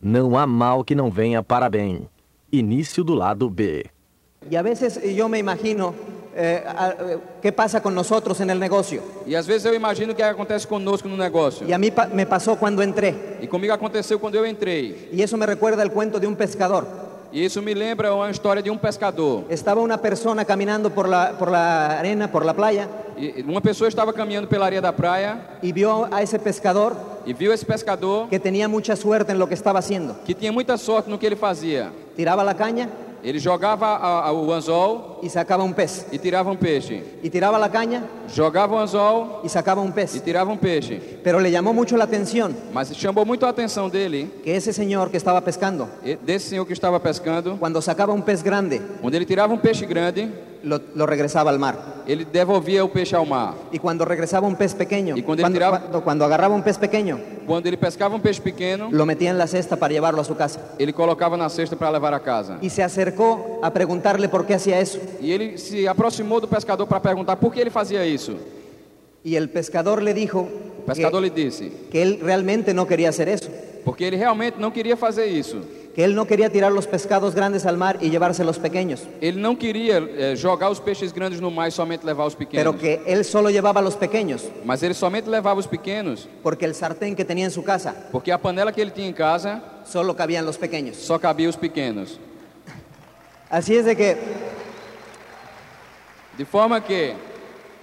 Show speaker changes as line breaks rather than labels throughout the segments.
Não há mal que não venha para bem. Início do lado B.
Y a veces yo me imagino eh, a- eh, qué pasa con nosotros en el negocio.
E às vezes eu imagino o que acontece conosco no negócio.
Y a mí pa- me pasó cuando entré.
E comigo aconteceu quando eu entrei.
Y eso me recuerda el cuento de un pescador.
E isso me lembra uma história de um pescador.
Estaba una persona caminando por la, por la arena, por la playa,
E uma pessoa estava caminhando pela areia da praia
y vio a ese pescador
e viu esse pescador
que tenía mucha suerte en lo que estaba haciendo.
que tinha muita sorte no que ele fazia.
Tiraba la caña
Ele jogava a- a- o anzol
y sacaba un pez.
e tirava um peixe.
Y tiraba la caña
Jogava o anzol
y sacaba un
e
pez.
tirava um peixe.
Pero le llamó mucho la atención
Mas chamou muito a atenção dele,
que ese señor que estaba pescando,
e- desse senhor que estava pescando,
cuando sacaba un pez grande,
quando ele tirava um peixe grande,
lo, lo regresaba al mar.
ele devolvia o peixe ao mar.
Y cuando regresaba un pez pequeño,
Y cuando él
cuando-
tiraba-
cuando- cuando agarraba un pez pequeño,
Quando ele pescava um peixe pequeno,
lo metía en la cesta para llevarlo a su casa.
ele colocava na cesta para levar a casa.
Y se acercó a preguntarle por qué hacía eso.
E ele se aproximou do pescador para perguntar por que ele fazia isso.
Y el pescador le dijo
O pescador
que,
lhe disse,
que él realmente no quería hacer eso,
porque ele realmente não queria fazer isso.
que él no quería tirar los pescados grandes al mar y llevarse los pequeños,
Ele não queria eh, jogar os peixes grandes no mar e somente levar os pequenos.
pero que él solo llevaba los pequeños,
Mas ele somente levava os pequenos,
porque el sartén que tenía en su casa
porque a panela que ele tinha em casa
solo cabían los pequeños.
só cabia os pequenos.
Así es de que
De forma que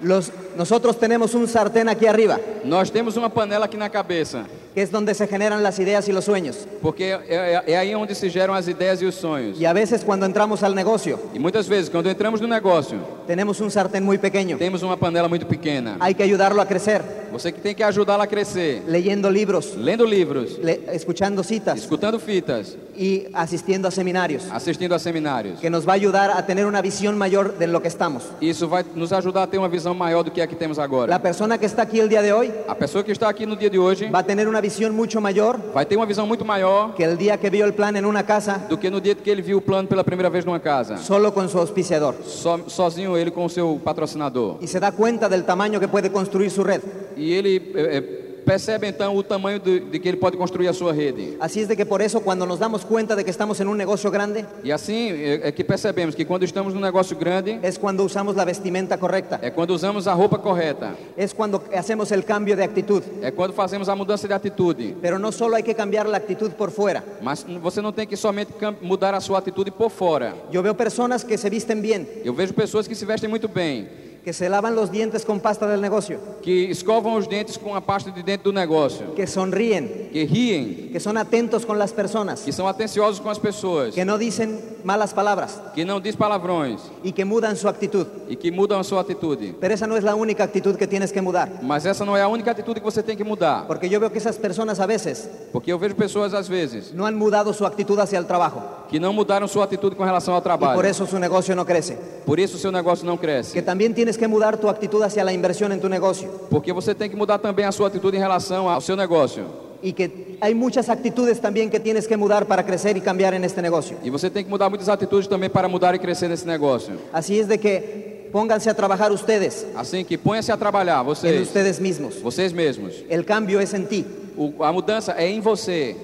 los- nosotros tenemos un sartén aquí arriba,
nós temos uma panela aqui na cabeça,
que es donde se generan las ideas y los sueños.
porque é, é- é aí onde se geram as ideias e os sonhos.
Y a veces cuando entramos al negocio,
E muitas vezes, quando entramos no negócio,
tenemos un sartén muy pequeño.
temos uma panela muito pequena.
Hay que ayudarlo a crecer,
Você que tem que ajudá-la a crescer,
leyendo libros,
lendo livros,
le- escuchando citas
escutando fitas,
y asistiendo a seminarios.
assistindo a seminários.
que nos va a ayudar a tener una visión mayor de lo que estamos.
Isso vai nos ajudar a ter uma visão maior do que a que temos agora.
La persona que está aquí el día de hoy
A pessoa que está aqui no dia de hoje
va a tener una visión mucho mayor
vai ter uma visão muito maior
que el día que vio el plan en una casa
do que no dia que ele viu o plano pela primeira vez numa casa.
solo con su auspiciador
So- sozinho ele com o seu patrocinador.
y se da cuenta del tamaño que puede construir su red.
E ele eh, eh, percebe então o tamanho de, de que ele pode construir a sua rede.
Así es de que por eso cuando nos damos cuenta de que estamos en un negocio grande
E assim é, é que percebemos que quando estamos num negócio grande
es cuando usamos la vestimenta correcta,
é quando usamos a roupa correta,
es cuando hacemos el cambio de actitud.
é quando fazemos a mudança de atitude.
Pero no solo hay que cambiar la actitud por fuera.
Mas n- você não tem que somente cam- mudar a sua atitude por fora.
Yo veo personas que se visten bien,
Eu vejo pessoas que se vestem muito bem,
que se lavan los dientes con pasta del negocio,
que escovam os dentes com a pasta de dentro do negócio,
que sonríen,
que riem,
que son atentos con las personas.
que são atenciosos com as pessoas,
que no dicen malas palabras
que não diz palavrões
y que mudan su actitud.
e que mudam a sua atitude.
Pero esa no es la única actitud que tienes que mudar,
Mas essa não é a única atitude que você tem que mudar.
porque yo veo que esas personas a veces
Porque eu vejo pessoas, às vezes,
no han mudado su actitud hacia el trabajo
que não mudaram sua atitude com relação ao
y
trabalho.
por eso su negocio no crece.
Por isso o seu negócio não
Que
cresce.
también tienes que mudar tu actitud hacia la inversión en tu negocio
Porque você tem que mudar também a sua atitude em relação ao seu negócio.
y que hay muchas actitudes también que tienes que mudar para crecer y cambiar en este negocio.
E você tem que mudar muitas atitudes também para mudar e crescer nesse negócio.
Así es de que pónganse a trabajar ustedes
Assim que ponha-se a trabalhar,
en
vocês,
ustedes mismos.
vocês mesmos.
El cambio es en ti.
O- a mudança é em você.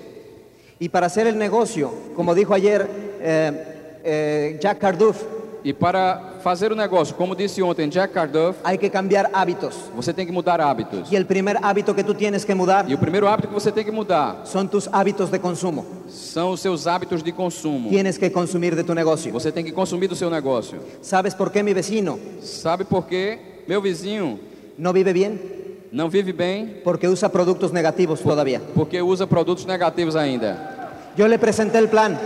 Y para hacer el negocio, como dijo ayer eh, eh, Jack Carduff,
E para fazer o negócio, como disse ontem Jack Carduff,
hay que cambiar hábitos.
você tem que mudar hábitos.
Y el primer hábito que tú tienes que mudar
E o primeiro hábito que você tem que mudar
son tus hábitos de consumo.
são os seus hábitos de consumo.
Tienes que consumir de tu negocio.
Você tem que consumir do seu negócio.
¿Sabes por qué mi vecino
Sabe por quê? Meu vizinho
no vive bien?
não vive bem
Porque usa productos negativos todavía.
porque usa produtos negativos ainda.
Yo le presenté el plan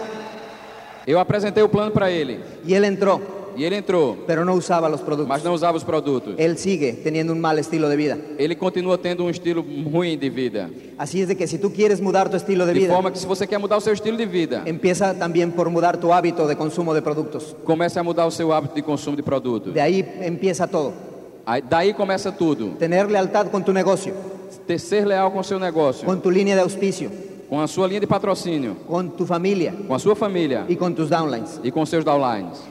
Eu apresentei o plano para ele
y él entró,
e ele entrou,
pero no usaba los
mas
productos.
não usava os produtos.
Él sigue teniendo un mal estilo de vida.
Ele continua tendo um estilo ruim de vida.
Así es de que si tú quieres mudar tu estilo de
De
vida,
forma que se você quer mudar o seu estilo de vida,
empieza también por mudar tu hábito de consumo de productos.
comece a mudar o seu hábito de consumo de produtos.
De ahí empieza todo.
Aí- Daí começa tudo.
Tener lealtad con tu negocio,
Ter- Ser leal com o seu negócio,
con tu línea de auspicio,
com a sua linha de patrocínio,
con tu familia
com a sua família
y con tus downlines.
e com seus downlines.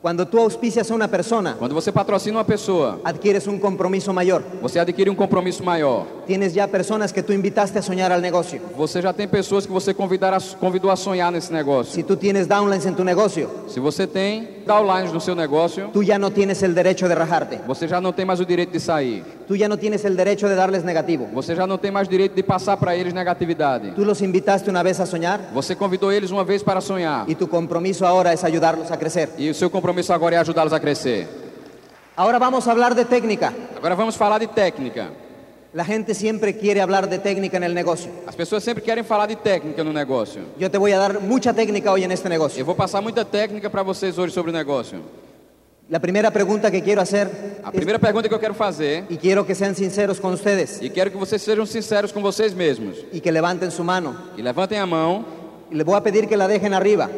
Cuando tú auspicias a una persona,
Quando você patrocina uma pessoa,
adquieres un compromiso mayor
você adquire um compromisso maior
tienes ya personas que tú invitaste a soñar al negocio.
Você já tem pessoas que você convidar a- convidou a sonhar nesse negócio.
Si tú tienes downlines en tu negocio,
Se você tem downlines no seu negócio,
tú ya no tienes el derecho de rajarte.
você já não tem mais o direito de sair.
Tú ya no tienes el derecho de darles negativo.
Você já não tem mais direito de passar para eles negatividade.
Tú los invitaste una vez a soñar
Você convidou eles uma vez para sonhar.
y tu compromiso ahora es ayudarlos a crecer.
E o seu compromisso agora é ajudá-los a crescer.
Ahora vamos a hablar de técnica.
Agora vamos falar de técnica.
La gente siempre quiere hablar de técnica en el negocio.
As pessoas sempre querem falar de técnica no negócio.
Yo te voy a dar mucha técnica hoy en este
Eu
negocio.
vou passar muita técnica para vocês hoje sobre o negócio.
La primera pregunta que quiero hacer,
A primeira pergunta que eu quero fazer,
y quiero que sean sinceros con ustedes
e quero que vocês sejam sinceros com vocês mesmos,
y que levanten su mano,
e levantem a mão,
y les voy a pedir que la dejen arriba.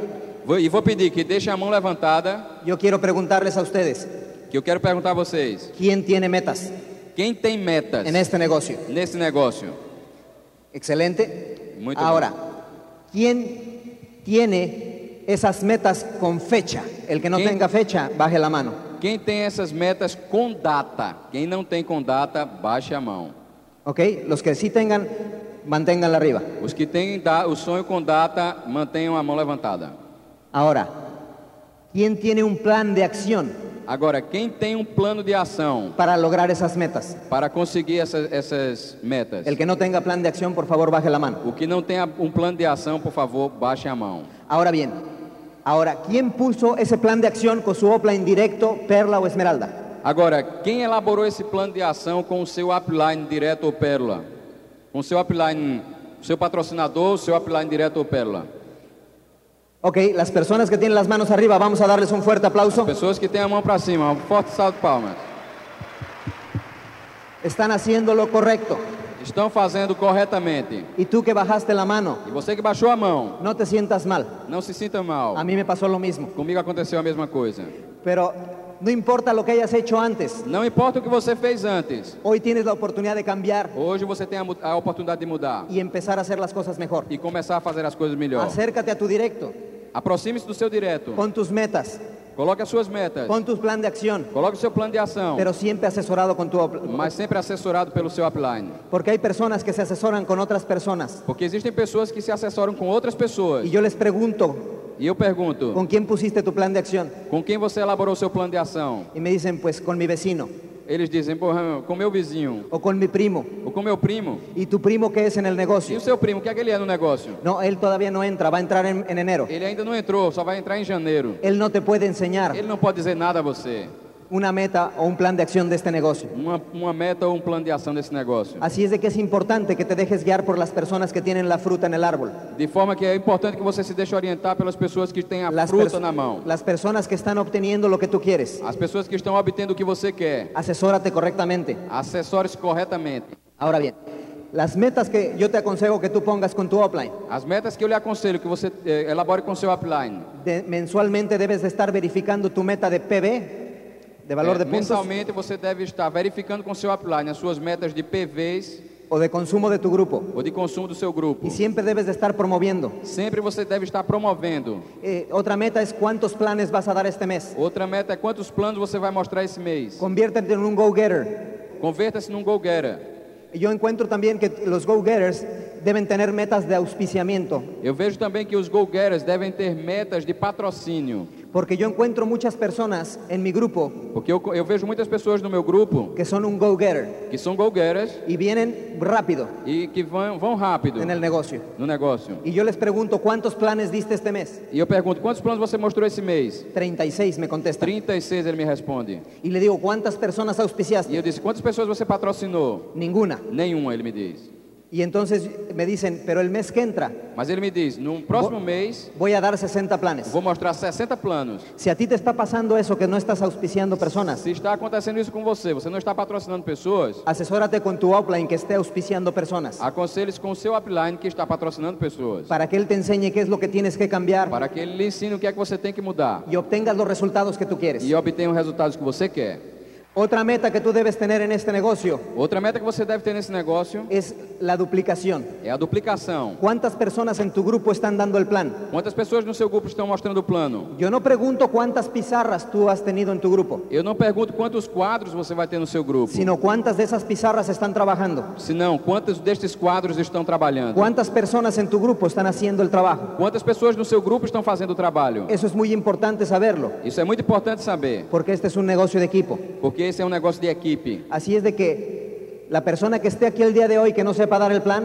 vou- e vou pedir que deixem a mão levantada,
Yo quiero preguntarles a ustedes,
que eu quero perguntar a vocês:
¿quién tiene metas
quem tem metas
en este negocio?
nesse negócio?
Excelente.
Muy bien.
Ahora, ¿quién tiene esas metas con fecha? El que no
¿Quién?
tenga fecha, baje la mano.
Quem tem essas metas com data? Quem não tem com data, baixe a mão.
¿Ok? Los que sí tengan, manténganla arriba.
Os que têm da- o sonho com data, mantenham a mão levantada.
Ahora, ¿quién tiene un plan de acción
Agora, quem tem um plano de ação
para lograr esas metas?
para conseguir essa- essas metas?
El que no tenga plan de acción, por favor, baje la mano.
O que não tem um plano de ação, por favor, baixe a mão.
Ahora bien, ahora, ¿quién puso ese plan de acción con su upline directo, perla o esmeralda?
Agora, quem elaborou esse plano de ação com o seu upline direto ou pérola? Com o seu upline, o seu patrocinador, o seu upline direto ou pérola?
Ok, las personas que tienen las manos arriba, vamos a darles un fuerte aplauso.
Pessoas que têm a mão para cima, um forte salto de palmas.
Están haciendo lo correcto.
Estão fazendo corretamente.
Y tú que bajaste la mano,
E você que baixou a mão,
no te sientas mal.
não se sinta mal.
A mí me pasó lo mismo.
Comigo aconteceu a mesma coisa.
Pero no importa lo que hayas hecho antes,
Não importa o que você fez antes,
hoy tienes la oportunidad de cambiar
hoje você tem a, mu- a oportunidade de mudar
y empezar a hacer las cosas mejor.
e começar a fazer as coisas melhor.
Acércate a tu directo,
Aproxime-se do seu direto.
con tus metas,
Coloque as suas metas.
con tu plan de acción,
Coloque o seu plano de ação.
pero siempre asesorado con tu... op-
mas sempre assessorado pelo seu upline.
Porque hay personas que se asesoran con otras personas.
Porque existem pessoas que se assessoram com outras pessoas.
Y yo les pregunto,
E eu pergunto,
¿con quién pusiste tu plan de acción?
com quem você elaborou seu plano de ação?
Y me dicen, pues con mi vecino
Eles dizem, porra, com meu vizinho,
o con mi primo.
ou com meu primo.
¿Y tu primo qué es en el
E o
negocio?
seu primo, o que é que ele é no negócio?
No, él todavía no entra, va a entrar en, en enero.
Ele ainda não entrou, só vai entrar em janeiro.
Él no te puede enseñar
Ele não pode dizer nada a você.
una meta o un plan de acción de este negocio.
Uma, uma meta ou um plano de ação desse negócio.
Así es de que es importante que te dejes guiar por las personas que tienen la fruta en el árbol.
De forma que é importante que você se deixe orientar pelas pessoas que têm a
Las,
fruta
perso-
na mão.
las personas que están obteniendo lo que tú quieres.
As pessoas que estão obtendo o que você quer.
Asesórate correctamente.
Acessórios corretamente.
Ahora bien, las metas que yo te aconsejo que tú pongas con tu offline,
As metas que eu lhe aconselho que você eh, elabore com seu upline.
de- mensualmente debes de estar verificando tu meta de PB, de valor
É,
de puntos,
mensalmente você deve estar verificando com seu upline as suas metas de PVs
o de consumo de tu grupo.
ou de consumo do seu grupo.
Y siempre debes de estar promoviendo.
Sempre você deve estar promovendo.
Eh, otra meta es cuántos planes vas a dar este mes.
Outra meta é quantos planos você vai mostrar esse mês.
Conviértete en un go-getter.
Converta-se num go-getter.
Y Yo encuentro también que los go-getters deben tener metas de auspiciamiento,
Eu vejo também que os go-getters devem ter metas de patrocínio.
porque yo encuentro muchas personas en mi grupo
Porque eu, co- eu vejo muitas pessoas no meu grupo
que son un go-getter
que são go-getters
y vienen rápido
e que vão, vão rápido
en el negocio.
no negócio.
Y yo les pregunto, ¿cuántos planes diste este mes?
E eu pergunto, quantos planos você mostrou esse mês?
36 me contestan.
36 ele me responde.
Y le digo, ¿cuántas personas
E
auspiciaste?
eu disse, quantas pessoas você patrocinou?
Ninguna.
Nenhuma, ele me diz.
Y entonces me dicen, pero el mes que entra
Mas ele me diz, no próximo mês
voy a dar 60 planes.
vou mostrar 60 planos.
Si a ti te está pasando eso que no estás auspiciando personas,
Se está acontecendo isso com você, você não está patrocinando pessoas,
asesórate con tu offline que esté auspiciando personas
aconselhe-se com o seu upline que está patrocinando pessoas,
para que él te enseñe qué es lo que tienes que cambiar
para que ele lhe ensine o que é que você tem que mudar
y obtengas los resultados que tú quieres.
e obtenha os resultados que você quer.
Otra meta que tú debes tener en este negocio
Outra meta que você deve ter nesse negócio
es la duplicación.
é a duplicação.
¿Cuántas personas en tu grupo están dando el plan?
Quantas pessoas no seu grupo estão mostrando o plano?
Yo no pregunto cuántas pizarras tú has tenido en tu grupo,
Eu não pergunto quantos quadros você vai ter no seu grupo,
sino cuántas de esas pizarras están trabajando.
senão quantos destes quadros estão trabalhando.
¿Cuántas personas en tu grupo están haciendo el trabajo?
Quantas pessoas no seu grupo estão fazendo o trabalho?
Eso es muy importante saberlo,
Isso é muito importante saber,
porque este es un negocio de equipo.
porque esse é um negócio de equipe.
Así es de que la persona que esté aquí el día de hoy que no sepa dar el plan,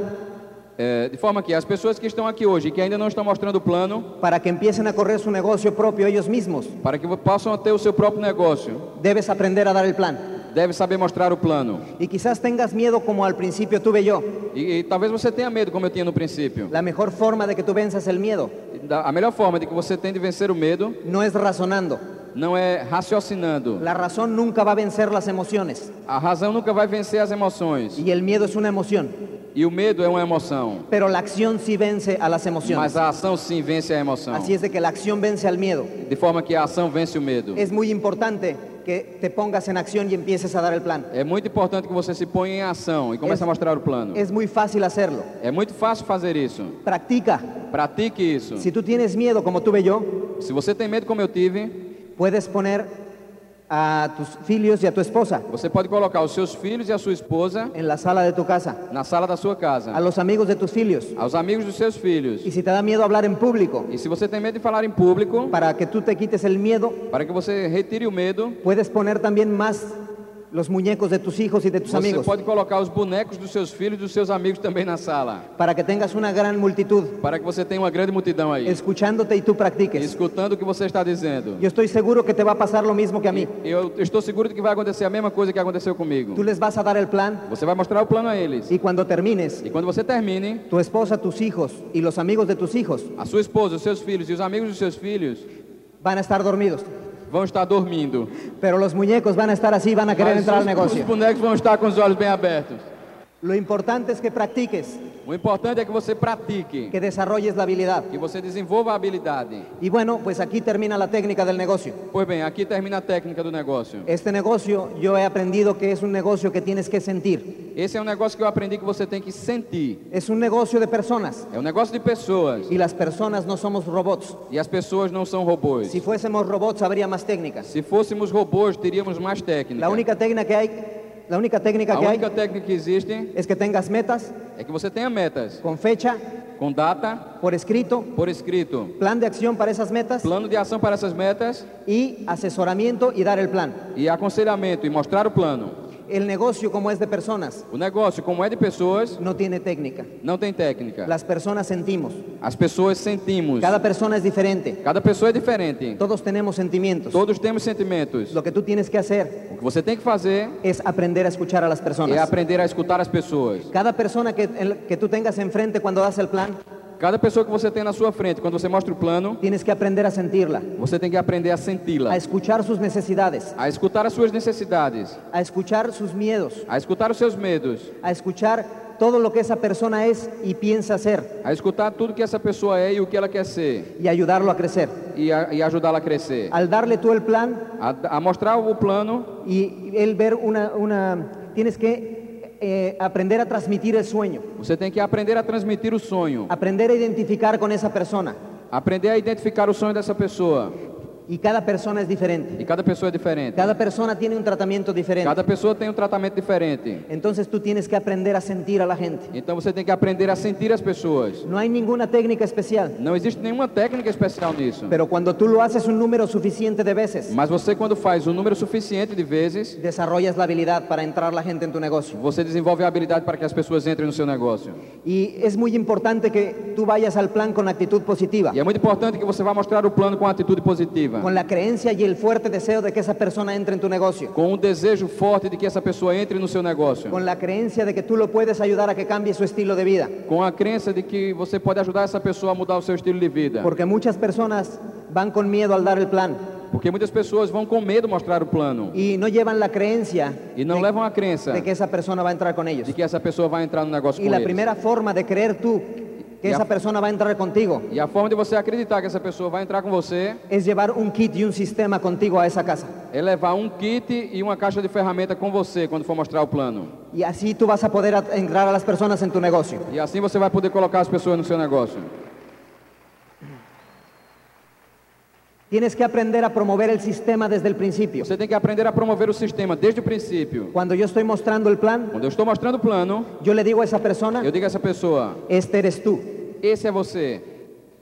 É, de forma que as pessoas que estão aqui hoje e que ainda não estão mostrando o plano,
para que empiecen a correr su negocio propio ellos mismos,
para que possam ter o seu próprio negócio,
debes aprender a dar el plan.
deve saber mostrar o plano.
Y quizás tengas miedo como al principio tuve yo.
E, e talvez você tenha medo, como eu tinha no princípio.
La mejor forma de que tú venzas el miedo
Da- A melhor forma de que você tem de vencer o medo
no es razonando.
não é raciocinando.
La razón nunca va a vencer las emociones
A razão nunca vai vencer as emoções.
y el miedo es una emoción,
E o medo é uma emoção.
pero la acción sí vence a las emociones.
Mas a ação sim vence a emoção.
Así es de que la acción vence al miedo.
De forma que a ação vence o medo.
Es muy importante que te pongas en acción y empieces a dar el plan.
É muito importante que você se ponha em ação e comece
Es-
a mostrar o plano.
Es muy fácil hacerlo.
É muito fácil fazer isso.
Practica.
Pratique isso.
Si tú tienes miedo como tuve yo,
Se você tem medo como eu tive,
puedes poner a tus hijos y a tu esposa
você pode colocar os seus filhos e a sua esposa
en la sala de tu casa,
na sala da sua casa,
a los amigos de tus hijos.
aos amigos dos seus filhos.
Y si te da miedo hablar en público,
E se você tem medo de falar em público,
para que tú te quites el miedo,
para que você retire o medo,
puedes poner también más los muñecos de tus hijos y de tus
você
amigos,
pode colocar os bonecos dos seus filhos e dos seus amigos também na sala,
para que tengas una gran multitud
para que você tenha uma grande multidão aí,
escuchándote y tú practiques.
escutando o que você está dizendo.
Yo estoy seguro que te va a pasar lo mismo que a mí.
Eu estou seguro de que vai acontecer a mesma coisa que aconteceu comigo.
Tú les vas a dar el plan
Você vai mostrar o plano a eles.
y cuando termines,
E quando você termine,
tu esposa, tus hijos y los amigos de tus hijos
a sua esposa, os seus filhos e os amigos dos seus filhos
van a estar dormidos.
vão estar dormindo.
Pero los muñecos van a estar así, van a querer
Mas
entrar al
os, os
negocio.
bonecos vão estar com os olhos bem abertos.
Lo importante es que practiques,
O importante é que você pratique,
que desarrolles la habilidad.
que você desenvolva a habilidade.
Y bueno, pues aquí termina la técnica del negocio.
Pois bem, aqui termina a técnica do negócio.
Este negocio yo he aprendido que es un negocio que tienes que sentir.
Esse é um negócio que eu aprendi que você tem que sentir.
Es un negocio de personas
É um negócio de pessoas.
y las personas no somos robots.
E as pessoas não são robôs.
Si fuésemos robots habría más técnicas.
Se fôssemos robôs, teríamos mais técnica.
La única técnica que hay, la única técnica
A
que é- hay
única técnica que existe
es que tengas metas
é que você tenha metas
con fecha,
com data,
por escrito,
por escrito,
plan de acción para esas metas
plano de ação para essas metas
y asesoramiento y dar el plan.
e aconselhamento e mostrar o plano.
El negocio como es de personas
O negócio, como é de pessoas,
no tiene técnica.
não tem técnica.
Las personas sentimos.
As pessoas sentimos.
Cada persona es diferente.
Cada pessoa é diferente.
Todos tenemos sentimientos.
Todos temos sentimentos.
Lo que tú tienes que hacer
O que você tem que fazer
es aprender a escuchar a las
é
personas.
aprender a escutar as pessoas.
Cada persona que, el- que tú tengas enfrente cuando das el plan,
Cada pessoa que você tem na sua frente, quando você mostra o plano,
tienes que aprender a sentirla,
você tem que aprender a senti-la,
a escuchar sus necesidades,
a escutar as suas necessidades,
a escuchar sus miedos,
a escutar os seus medos,
a escuchar todo lo que esa persona es y piensa hacer
a escutar tudo que essa pessoa é e o que ela quer ser
y ayudarlo a crecer.
e, a- e ajudá-la a crescer.
Al darle tú el plan
A, a mostrar o plano,
y él ver una... una tienes que eh, aprender a transmitir el sueño.
você tem que aprender a transmitir o sonho,
aprender a identificar con esa persona
aprender a identificar o sonho dessa pessoa.
y cada persona es diferente.
E cada pessoa é diferente.
Cada persona tiene un tratamiento diferente.
Cada pessoa tem um tratamento diferente.
Entonces tú tienes que aprender a sentir a la gente.
Então você tem que aprender a sentir as pessoas.
No hay ninguna técnica especial,
Não existe nenhuma técnica especial nisso.
pero cuando tú lo haces un número suficiente de veces,
Mas você, quando faz um número suficiente de vezes,
desarrollas la habilidad para entrar la gente en tu negocio.
você desenvolve a habilidade para que as pessoas entrem no seu negócio.
Y es muy importante que tú vayas al plan con actitud positiva,
E é muito importante que você vá mostrar o plano com atitude positiva,
con la creencia y el fuerte deseo de que esa persona entre en tu negocio,
com um desejo forte de que esa pessoa entre no seu negócio,
con la creencia de que tú lo puedes ayudar a que cambie su estilo de vida.
com a crença de que você pode ajudar essa pessoa a mudar o seu estilo de vida.
Porque muchas personas van con miedo al dar el plan,
Porque muitas pessoas vão com medo mostrar o plano
y no llevan la creencia
e não levam a crença
de que esa persona va a entrar con ellos.
de que essa pessoa vai entrar no negócio
Y
com
la
eles.
primera forma de creer tú que esa persona va a entrar contigo
E a forma de você acreditar que essa pessoa vai entrar com você
es llevar un kit y un sistema contigo a esa casa.
é levar um kit e uma caixa de ferramenta com você quando for mostrar o plano.
Y así tú vas a poder at- entrar a las personas en tu negocio.
E assim você vai poder colocar as pessoas no seu negócio.
Tienes que aprender a promover el sistema desde el principio.
Você tem que aprender a promover o sistema desde o princípio.
Cuando yo estoy mostrando el plan,
Quando eu estou mostrando o plano,
yo le digo a esa persona,
eu digo a essa pessoa:
este eres tú.
esse é você.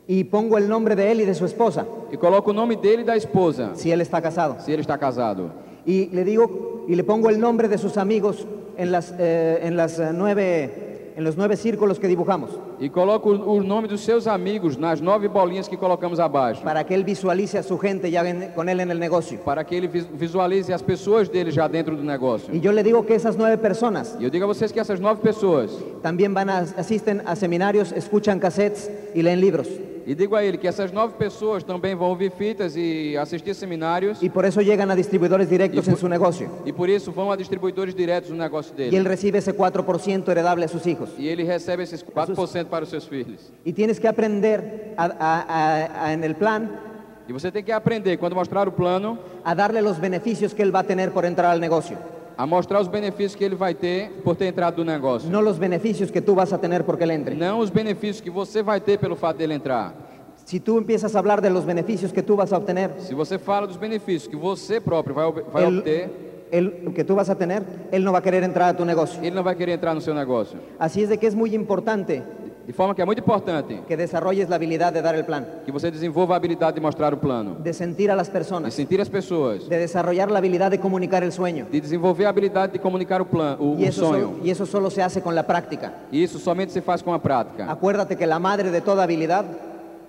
Y pongo el nombre de él y de su esposa,
E coloco o nome dele e da esposa,
si él está casado.
se ele está casado.
Y le digo, y le pongo el nombre de sus amigos en, las, eh, en, las, eh, nueve, en los nueve círculos que dibujamos,
E coloco o o nome dos seus amigos nas nove bolinhas que colocamos abaixo,
para que él visualice a su gente ya en- con él en el negocio.
para que ele vis- visualize as pessoas dele já dentro do negócio.
Y yo le digo que esas nueve personas
E eu digo a vocês que essas nove pessoas,
también van a, asisten a seminarios, escuchan cassettes y leen libros.
e digo a ele que essas nove pessoas também vão ouvir fitas e assistir seminários,
Y por eso llegan a distribuidores directos en su negocio.
e por isso vão a distribuidores diretos no negócio
Y él
dele.
recibe esse 4% heredable a sus hijos.
E ele recebe esses 4% para os seus filhos.
Y tienes que aprender a- a- a- a- en el plan
E você tem que aprender, quando mostrar o plano,
a darle los beneficios que él va a tener por entrar al negocio,
a mostrar os benefícios que ele vai ter por ter entrado no negócio.
no los beneficios que tú vas a tener porque él entre.
Não os benefícios que você vai ter pelo fato dele entrar.
Si tú empiezas a hablar de los beneficios que tú vas a obtener,
Se você fala dos benefícios que você próprio vai, ob- vai obter,
él, él- que tú vas a tener, él no va a querer entrar a tu negocio.
ele não vai querer entrar no seu negócio.
Así es de que es muy importante
De forma que é muito importante
que desarrolles la habilidad de dar el plan,
que você desenvolva a habilidade de mostrar o plano,
de sentir a las
de
personas,
sentir as pessoas,
de desarrollar la habilidad de comunicar el sueño.
de desenvolver a habilidade de comunicar o plano, o,
Y
o
eso,
sonho.
so- y eso solo se hace con la práctica.
E isso somente se faz com a prática.
Acuérdate que la madre de toda habilidad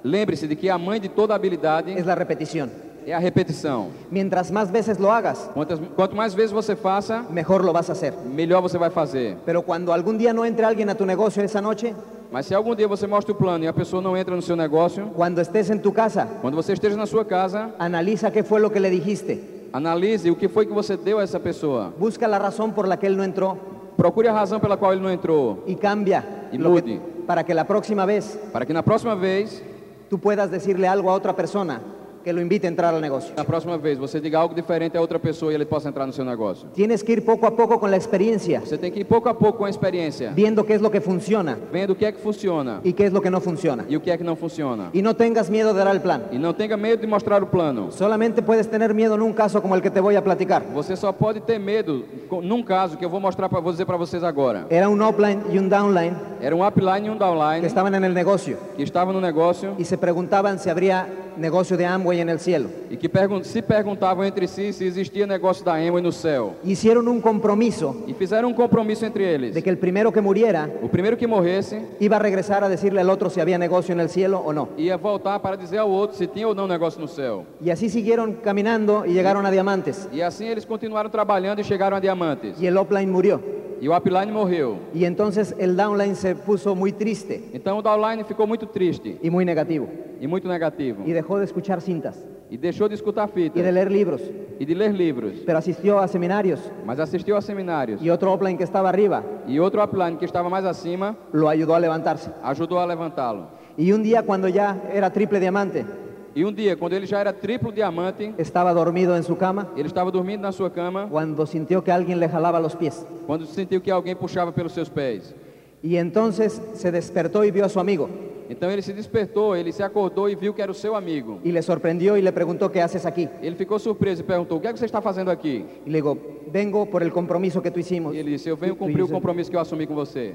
Lembre-se de que a mãe de toda habilidade
es la repetición.
é a repetição.
Mientras más veces lo hagas,
Quantas, quanto mais vezes você faça,
mejor lo vas a hacer.
melhor você vai fazer.
Pero cuando algún día no entre alguien a tu negocio esa noche,
Mas se algum dia você mostra o plano e a pessoa não entra no seu negócio,
cuando estés en tu casa,
quando você esteja na sua casa,
analiza qué fue lo que le dijiste.
analise o que foi que você deu a essa pessoa.
Busca la razón por la que él no entró
Procure a razão pela qual ele não entrou,
y cambia
Y
lo que-
mude.
para que la próxima vez
para que na próxima vez,
tú puedas decirle algo a otra persona que lo invite a entrar al negocio.
na próxima vez você diga algo diferente a outra pessoa e ele possa entrar no seu negócio.
Tienes que ir poco a poco con la experiencia,
Você tem que ir pouco a pouco com a experiência,
viendo qué es lo que funciona
vendo o que é que funciona
y qué es lo que no funciona.
e o que é que não funciona.
Y no tengas miedo de dar el plan.
E não tenha medo de mostrar o plano.
Solamente puedes tener miedo en un caso como el que te voy a platicar.
Você só pode ter medo com- num caso que eu vou mostrar para dizer para vocês agora.
Era un offline y un downline
Era um upline e um
que
downline
estaban en el negocio
que estavam no negócio
y se preguntaban si habría negocio de Amway en el cielo.
e que pergun- se perguntavam entre si se existia negócio da Amway no céu.
Hicieron un compromiso
E fizeram um compromisso entre eles.
de que el primero que muriera
O primeiro que morresse
iba a regresar a decirle al otro si había negocio en el cielo o no.
ia voltar para dizer ao outro se tinha ou não negócio no céu.
Y así siguieron caminando y llegaron a Diamantes.
E assim eles continuaram trabalhando e chegaram a Diamantes.
Y el offline murió.
E o upline morreu.
Y entonces el downline se puso muy triste
Então o downline ficou muito triste
y muy negativo.
e muito negativo.
Y dejó de escuchar cintas
E deixou de escutar
y
fitas
de leer libros.
e de ler livros.
Pero asistió a seminarios
Mas assistiu a seminários.
y otro offline que estaba arriba
E outro upline que estava mais acima
lo ayudó a levantarse.
ajudou a levantá-lo.
Y un día cuando ya era triple diamante,
E um dia, quando ele já era triplo diamante,
estaba dormido en su cama
ele estava dormindo na sua cama
cuando sintió que alguien le jalaba los pies.
quando sentiu que alguém puxava pelos seus pés.
Y entonces se despertó y vio a su amigo.
Então ele se despertou, ele se acordou e viu que era o seu amigo.
Y le sorprendió y le preguntó, ¿qué haces aquí?
Ele ficou surpreso e perguntou: O que é que você está fazendo aqui?
Y le digo, vengo por el compromiso que tú hicimos.
E ele disse: Eu venho
Tú- tú
cumprir o
hice-
compromisso que eu assumi com você.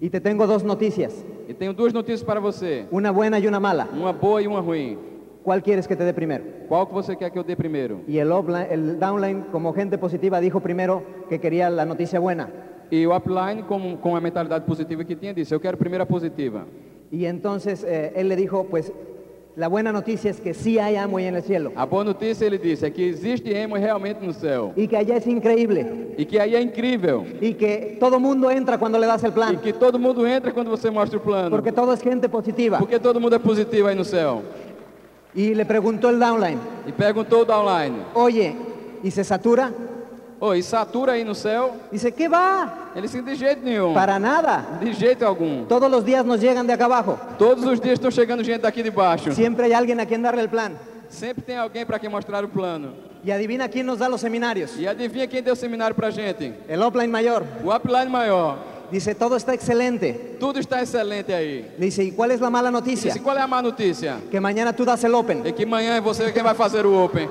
Y te tengo dos noticias,
E tenho duas notícias para você:
una buena y una mala.
uma boa e uma ruim.
¿Cuál quieres que te dê primero?
Qual que você quer que eu dê primeiro?
Y el, offline- el downline, como gente positiva, dijo primero que quería la noticia buena.
E o upline, com, com a mentalidade positiva que tinha, disse: Eu quero primeiro a positiva.
Y entonces eh, él le dijo, pues la buena noticia es que sí hay Amway en el cielo.
A boa notícia, ele disse, é que existe emo realmente no céu.
Y que allá es increíble.
E que aí é incrível.
Y que todo mundo entra cuando le das el
E
plan.
que todo mundo entra quando você mostra o plano.
Porque todo es gente positiva.
Porque todo mundo é positivo aí no céu.
Y le preguntó el downline,
E perguntou o downline.
oye, ¿y se satura?
Oi, e satura aí no céu.
Dice, ¿qué va?
Ele disse, de jeito nenhum.
Para nada.
De jeito algum.
Todos los días nos llegan de acá abajo.
Todos os dias estão chegando gente daqui de baixo.
Siempre hay alguien a quien darle el plan.
Sempre tem alguém para quem mostrar o plano.
Y adivina quién nos da los seminarios.
E adivinha quem deu seminário pra gente?
El offline mayor.
O upline maior.
Dice, todo está excelente.
Tudo está excelente aí.
Le dice, ¿y cuál es la mala noticia?
Disse, qual é a má notícia?
Que mañana tú das el open.
É que amanhã é você quem vai fazer o open.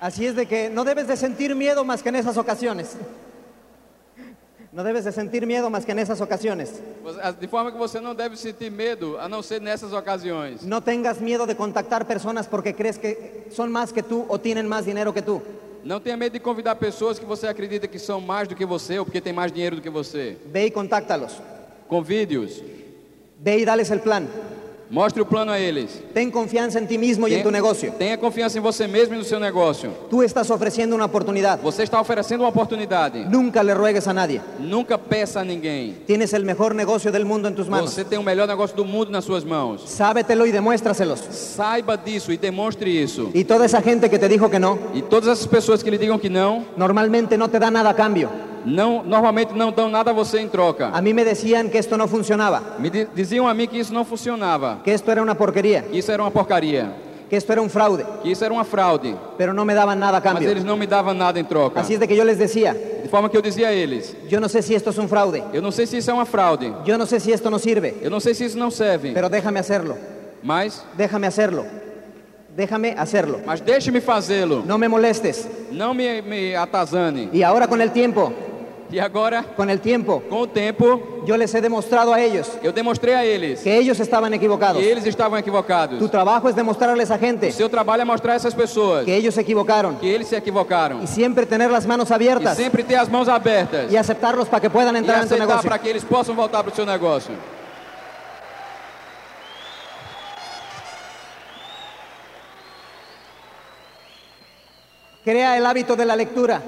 Así es de que no debes de sentir miedo más que en esas ocasiones. No debes de sentir miedo más que en esas ocasiones.
Você- De forma que você não deve sentir medo, a não ser nessas ocasiões.
No tengas miedo de contactar personas porque crees que son más que tú o tienen más dinero que tú.
Não tenha medo de convidar pessoas que você acredita que são mais do que você ou porque têm mais dinheiro do que você.
Ve y contáctalos.
Convide-os.
Ve y dales el plan.
Mostre o plano a eles.
Ten confianza en ti mismo y en tu negocio.
tenha confiança em você mesmo e no seu negócio.
Tú estás ofreciendo una oportunidad.
Você está oferecendo uma oportunidade.
Nunca le ruegues a nadie.
Nunca peça a ninguém.
Tienes el mejor negocio del mundo en tus manos.
Você tem o melhor negócio do mundo nas suas mãos.
Sábetelo y demuéstraselos.
Saiba disso e demonstre isso.
Y toda esa gente que te dijo que no,
E todas essas pessoas que lhe digam que não,
normalmente no te da nada a cambio.
não normalmente não dão nada a você em troca.
A mí me decían que esto no funcionaba,
Me di- diziam a mim que isso não funcionava,
que esto era una porquería,
que isso era uma porcaria,
que esto era un fraude,
que isso era uma fraude,
pero no me daban nada a
mas eles
cambio.
não me davam nada em troca.
Así es de que yo les decía,
De forma que eu dizia a eles:
yo no sé si esto es un fraude,
eu não sei se isso é uma fraude,
yo no sé si esto no sirve,
eu não sei se isso não serve,
pero déjame hacerlo,
mas,
déjame hacerlo, déjame hacerlo.
mas deixe-me fazê-lo,
No me molestes.
não me, me atazane.
Y ahora con el tiempo,
E agora,
con el tiempo,
com o tempo,
yo les he demostrado a ellos
eu demonstrei a eles
que ellos estaban
que
equivocados.
eles estavam equivocados.
Tu trabajo es demostrarles a gente
Seu trabalho é mostrar a essas pessoas
que ellos se equivocaron
que eles se equivocaram
y siempre tener las manos
e
abiertas
sempre ter as mãos abertas
y aceptarlos para que puedan
e
entrar en tu
aceitar
negocio.
para que eles possam voltar para o seu negócio.
Crea el hábito de la lectura.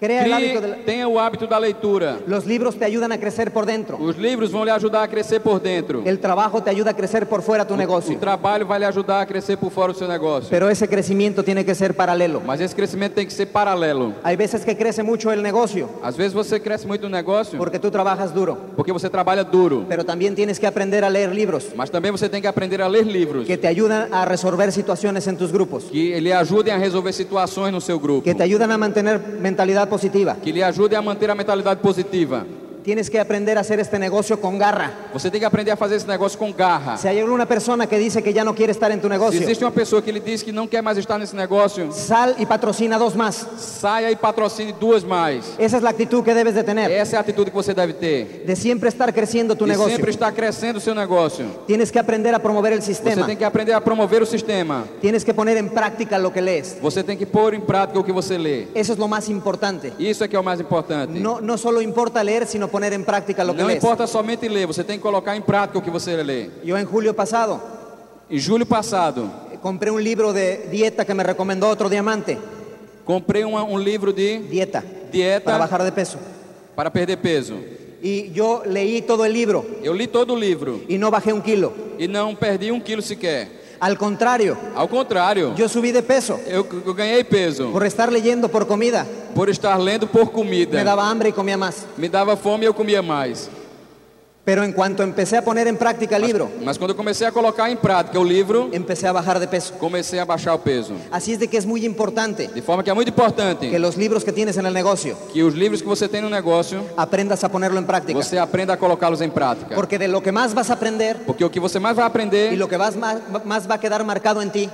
Crea el hábito de la...
Crie, tenha o hábito da leitura.
Los libros te ayudan a crecer por dentro.
Os livros vão lhe ajudar a crescer por dentro.
El trabajo te ayuda a crecer por fuera tu
O
negocio.
trabalho vai lhe ajudar a crescer por fora do seu negócio.
Pero ese crecimiento tiene que ser paralelo.
Mas esse crescimento tem que ser paralelo.
Hay veces que crece mucho el negocio
Às vezes você cresce muito no negócio
porque tú trabajas duro.
porque você trabalha duro,
Pero también tienes que aprender a leer libros
mas também você tem que aprender a ler livros
que te ayudan a resolver situaciones en tus grupos.
que lhe ajudem a resolver situações no seu grupo,
Que te ayudan a mantener mentalidad positiva.
que lhe ajudem a manter a mentalidade positiva.
Tienes que aprender a hacer este negocio con garra.
Você tem que aprender a fazer esse negócio com garra.
Si hay alguna persona que dice que ya no quiere estar en tu
Se
negocio,
existe uma pessoa que lhe diz que não quer mais estar nesse negócio,
sal y patrocina dos más.
saia e patrocine duas mais.
Esa es la actitud que debes de tener.
Essa é a atitude que você deve ter.
de siempre estar creciendo tu
E
negocio.
sempre está crescendo o seu negócio.
Tienes que aprender a promover el
Você
sistema.
tem que aprender a promover o sistema.
Tienes que poner en práctica lo que lees.
Você tem que pôr em prática o que você lê.
Eso es lo más importante.
Isso é que é o mais importante.
No, no solo importa leer, sino poner en práctica lo que
Não
lees.
importa somente ler, você tem que colocar em prática o que você lê.
Yo en julio pasado
Em julho passado,
eh, compré un libro de dieta que me recomendó otro diamante.
comprei uma- um livro de
Dieta. Para
dieta
bajar de peso.
para perder peso.
Y yo leí todo el libro
Eu li todo o livro
y no bajé un kilo.
e não perdi um quilo sequer.
Al contrario,
Ao contrário,
yo subí de peso.
eu, eu ganhei peso
Por estar leyendo por comida,
por estar lendo por
me
comida.
daba hambre y comía más.
Me dava fome e eu comia mais.
Pero en cuanto empecé a poner en práctica el libro,
Mas quando eu comecei a colocar em prática o livro,
empecé a bajar de peso.
comecei a baixar o peso.
Así es de que es muy importante
De forma que é muito importante
que los libros que tienes en el negocio
que os livros que você tem no negócio,
aprendas a ponerlo en práctica.
você aprenda a colocá-los em prática.
Porque de lo que más vas a aprender
Porque o que você mais vai
y
aprender,
lo que vas más, más va a quedar marcado en ti,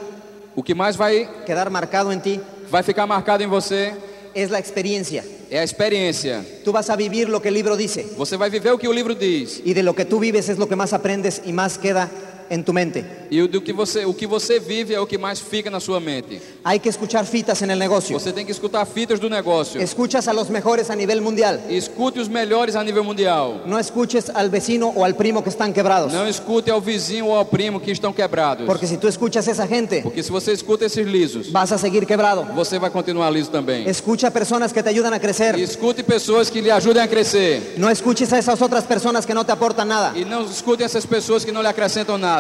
o que mais vai,
quedar marcado en ti,
vai ficar marcado em você
es la experiencia.
é a experiência.
Tú vas a vivir lo que el libro dice
Você vai viver o que o livro diz.
y de lo que tú vives es lo que más aprendes y más queda en tu mente.
E o do que você, o que você vive é o que mais fica na sua mente.
Hay que escuchar fitas en el negocio.
Você tem que escutar fitas do negócio.
Escuchas a los mejores a nivel mundial.
Escute os melhores a nível mundial.
No escuches al vecino o al primo que están quebrados.
Não escute ao vizinho ou ao primo que estão quebrados.
Porque si tú escuchas a esa gente,
Porque se você escuta esses lisos,
vas a seguir quebrado.
você vai continuar liso também.
Escucha a personas que te ayudan a
E
crecer.
escute pessoas que lhe ajudem a crescer.
No escuches a esas otras personas que no te aportan nada.
E não escute essas pessoas que não lhe acrescentam nada.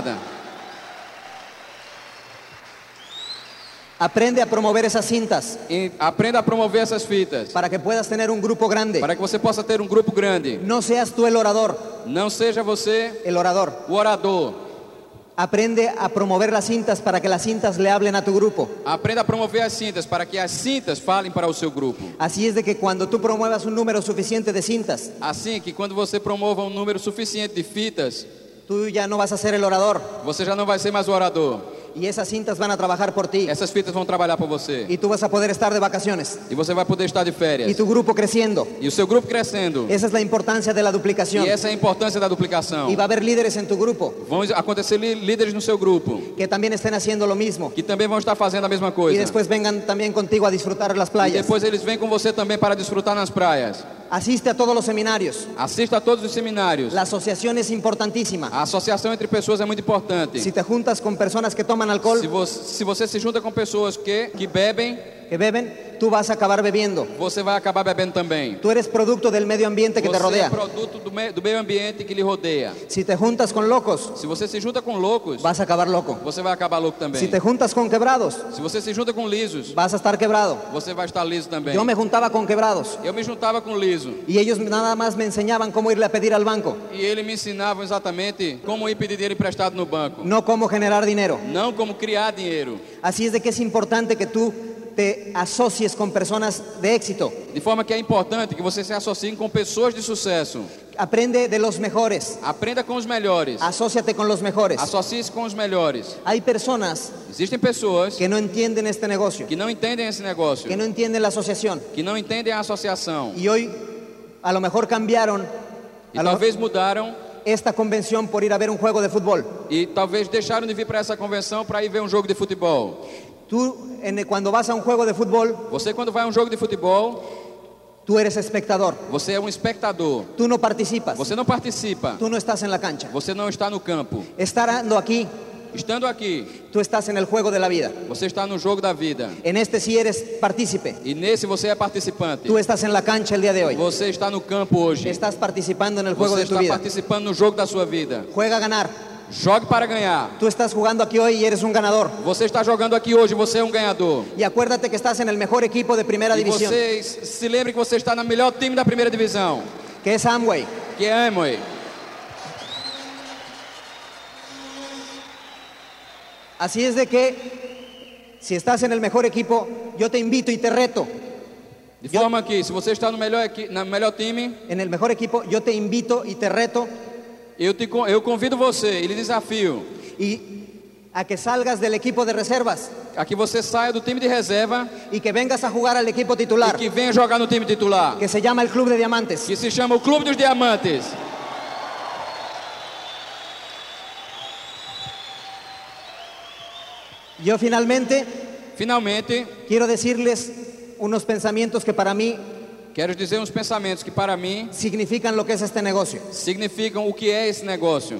Aprende a promover esas cintas
E aprenda a promover essas fitas.
para que puedas tener un grupo grande.
Para que você possa ter um grupo grande.
No seas tú el orador,
Não seja você
el orador.
o orador.
Aprende a promover las cintas para que las cintas le hablen a tu grupo.
Aprenda a promover as cintas para que as cintas falem para o seu grupo.
Así es de que cuando tú promuevas un número suficiente de cintas,
Assim que quando você promova um número suficiente de fitas,
tú ya no vas a ser el orador
você já não vai ser mais o orador.
y esas cintas van a trabajar por ti
Essas fitas vão trabalhar para você.
y tú vas a poder estar de vacaciones
E você vai poder estar de
y
férias.
tu é grupo creciendo.
E o seu grupo crescendo.
Esa es la importancia de la duplicación.
E essa é a importância da duplicação.
Y va a haber líderes en tu grupo
Vão acontecer li- líderes no seu grupo
que también estén haciendo lo mismo
que também vão estar fazendo a mesma
y
coisa.
después vengan también contigo a disfrutar las
E
playas.
depois eles vêm com você também para desfrutar nas praias.
Asiste a todos los seminarios.
Assista a todos os seminários.
La asociación es importantísima.
A associação entre pessoas é muito importante.
Si te juntas con personas que toman
Se
alcohol,
você, se você se junta com pessoas que, que bebem,
que beben, tú vas a acabar bebiendo.
você vai acabar bebendo também.
Tú eres producto del medio ambiente que te
Você é
rodea.
produto do, me- do meio ambiente que lhe rodeia.
Si te juntas con locos,
Se você se junta com loucos,
vas a acabar loco.
você vai acabar louco também.
Si te juntas con quebrados,
Se você se junta com lisos,
vas a estar quebrado.
você vai estar liso também.
Yo me juntaba con quebrados
Eu me juntava com liso
y ellos nada más me enseñaban cómo irle a pedir al banco,
e ele me ensinava exatamente como ir pedir dinheiro emprestado no banco,
no cómo generar dinero.
não como criar dinheiro.
Así es de que es importante que tú te asocies con personas de éxito.
De forma que é importante que você se associe com pessoas de sucesso.
Aprende de los mejores.
Aprenda com os melhores.
Asóciate con los mejores.
Associe-se com os melhores.
Hay personas
Existem pessoas
que no entienden este negocio,
que não entendem esse negócio,
que no entienden la asociación
que não entendem a associação.
y hoy a lo mejor cambiaron
E
a lo-
talvez mudaram
esta convención por ir a ver un juego de fútbol.
e talvez deixaram de vir para essa convenção para ir ver um jogo de futebol.
Tú en- cuando vas a un juego de fútbol,
Você quando vai a um jogo de futebol,
tú eres espectador,
você é um espectador.
tú no participas,
Você não participa.
tú no estás en la cancha.
Você não está no campo.
Estando aquí,
Estando aqui,
tú estás en el juego de la vida.
você está no jogo da vida.
En este sí eres partícipe.
E nesse você é participante.
Tú estás en la cancha el día de hoy.
Você está no campo hoje.
Estás participando en el juego
Você
de tu
está
vida.
participando no jogo da sua vida.
Juega a ganar.
Jogue para ganhar.
Tú estás jugando aquí hoy y eres un ganador.
Você está jogando aqui hoje, você é um ganhador.
Y acuérdate que estás en el mejor equipo de primera
E
división,
vocês se lembrem que você está no melhor time da primeira divisão,
que es Amway.
que é Amway.
Así es de que si estás en el mejor equipo, yo te invito y te reto.
De forma que, se você está no melhor, equi- na melhor time,
En el mejor equipo, yo te invito y te reto
eu, te, con- eu convido você e lhe desafio
y a que salgas del equipo de reservas
a que você saia do time de reserva
y que vengas a jugar al equipo
e
titular,
que venha jogar no time titular,
que se llama el Club de Diamantes.
que se chama o Clube dos Diamantes.
Yo finalmente
Finalmente,
quiero decirles unos pensamientos que para mí
quero dizer uns pensamentos que, para mim,
significan lo que es este negocio.
significam o que é esse negócio.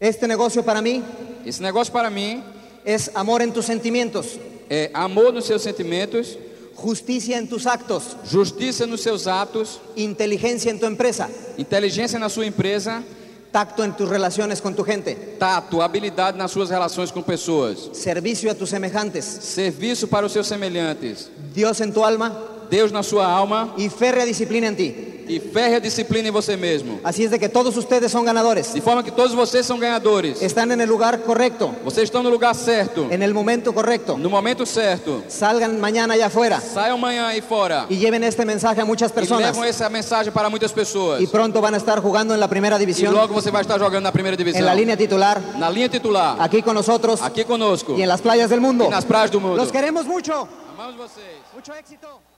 Este negocio para mí
Esse negócio, para mim,
es amor en tus sentimientos,
é amor nos seus sentimentos,
justicia en tus actos,
justiça nos seus atos,
inteligencia en tu empresa,
inteligência na sua empresa,
tacto en tus relaciones con tu gente,
tato, habilidade nas suas relações com pessoas,
servicio a tus semejantes,
serviço para os seus semelhantes,
Dios en tu alma
Deus na sua alma
y férrea disciplina en ti.
e férrea disciplina em você mesmo.
Así es de que todos ustedes son ganadores,
De forma que todos vocês são ganhadores.
están en el lugar correcto,
Vocês estão no lugar certo,
en el momento correcto.
no momento certo.
Salgan mañana allá afuera
Saiam amanhã aí fora
y lleven este mensaje a muchas
e
personas
levam essa mensagem para muitas pessoas.
y pronto van a estar jugando en la primera
E
división,
logo você vai estar jogando na primeira divisão.
en la línea titular,
Na linha titular,
aquí con nosotros
aqui conosco
y en las playas del mundo.
e nas praias do mundo.
Los queremos mucho.
Amamos vocês.
Mucho éxito.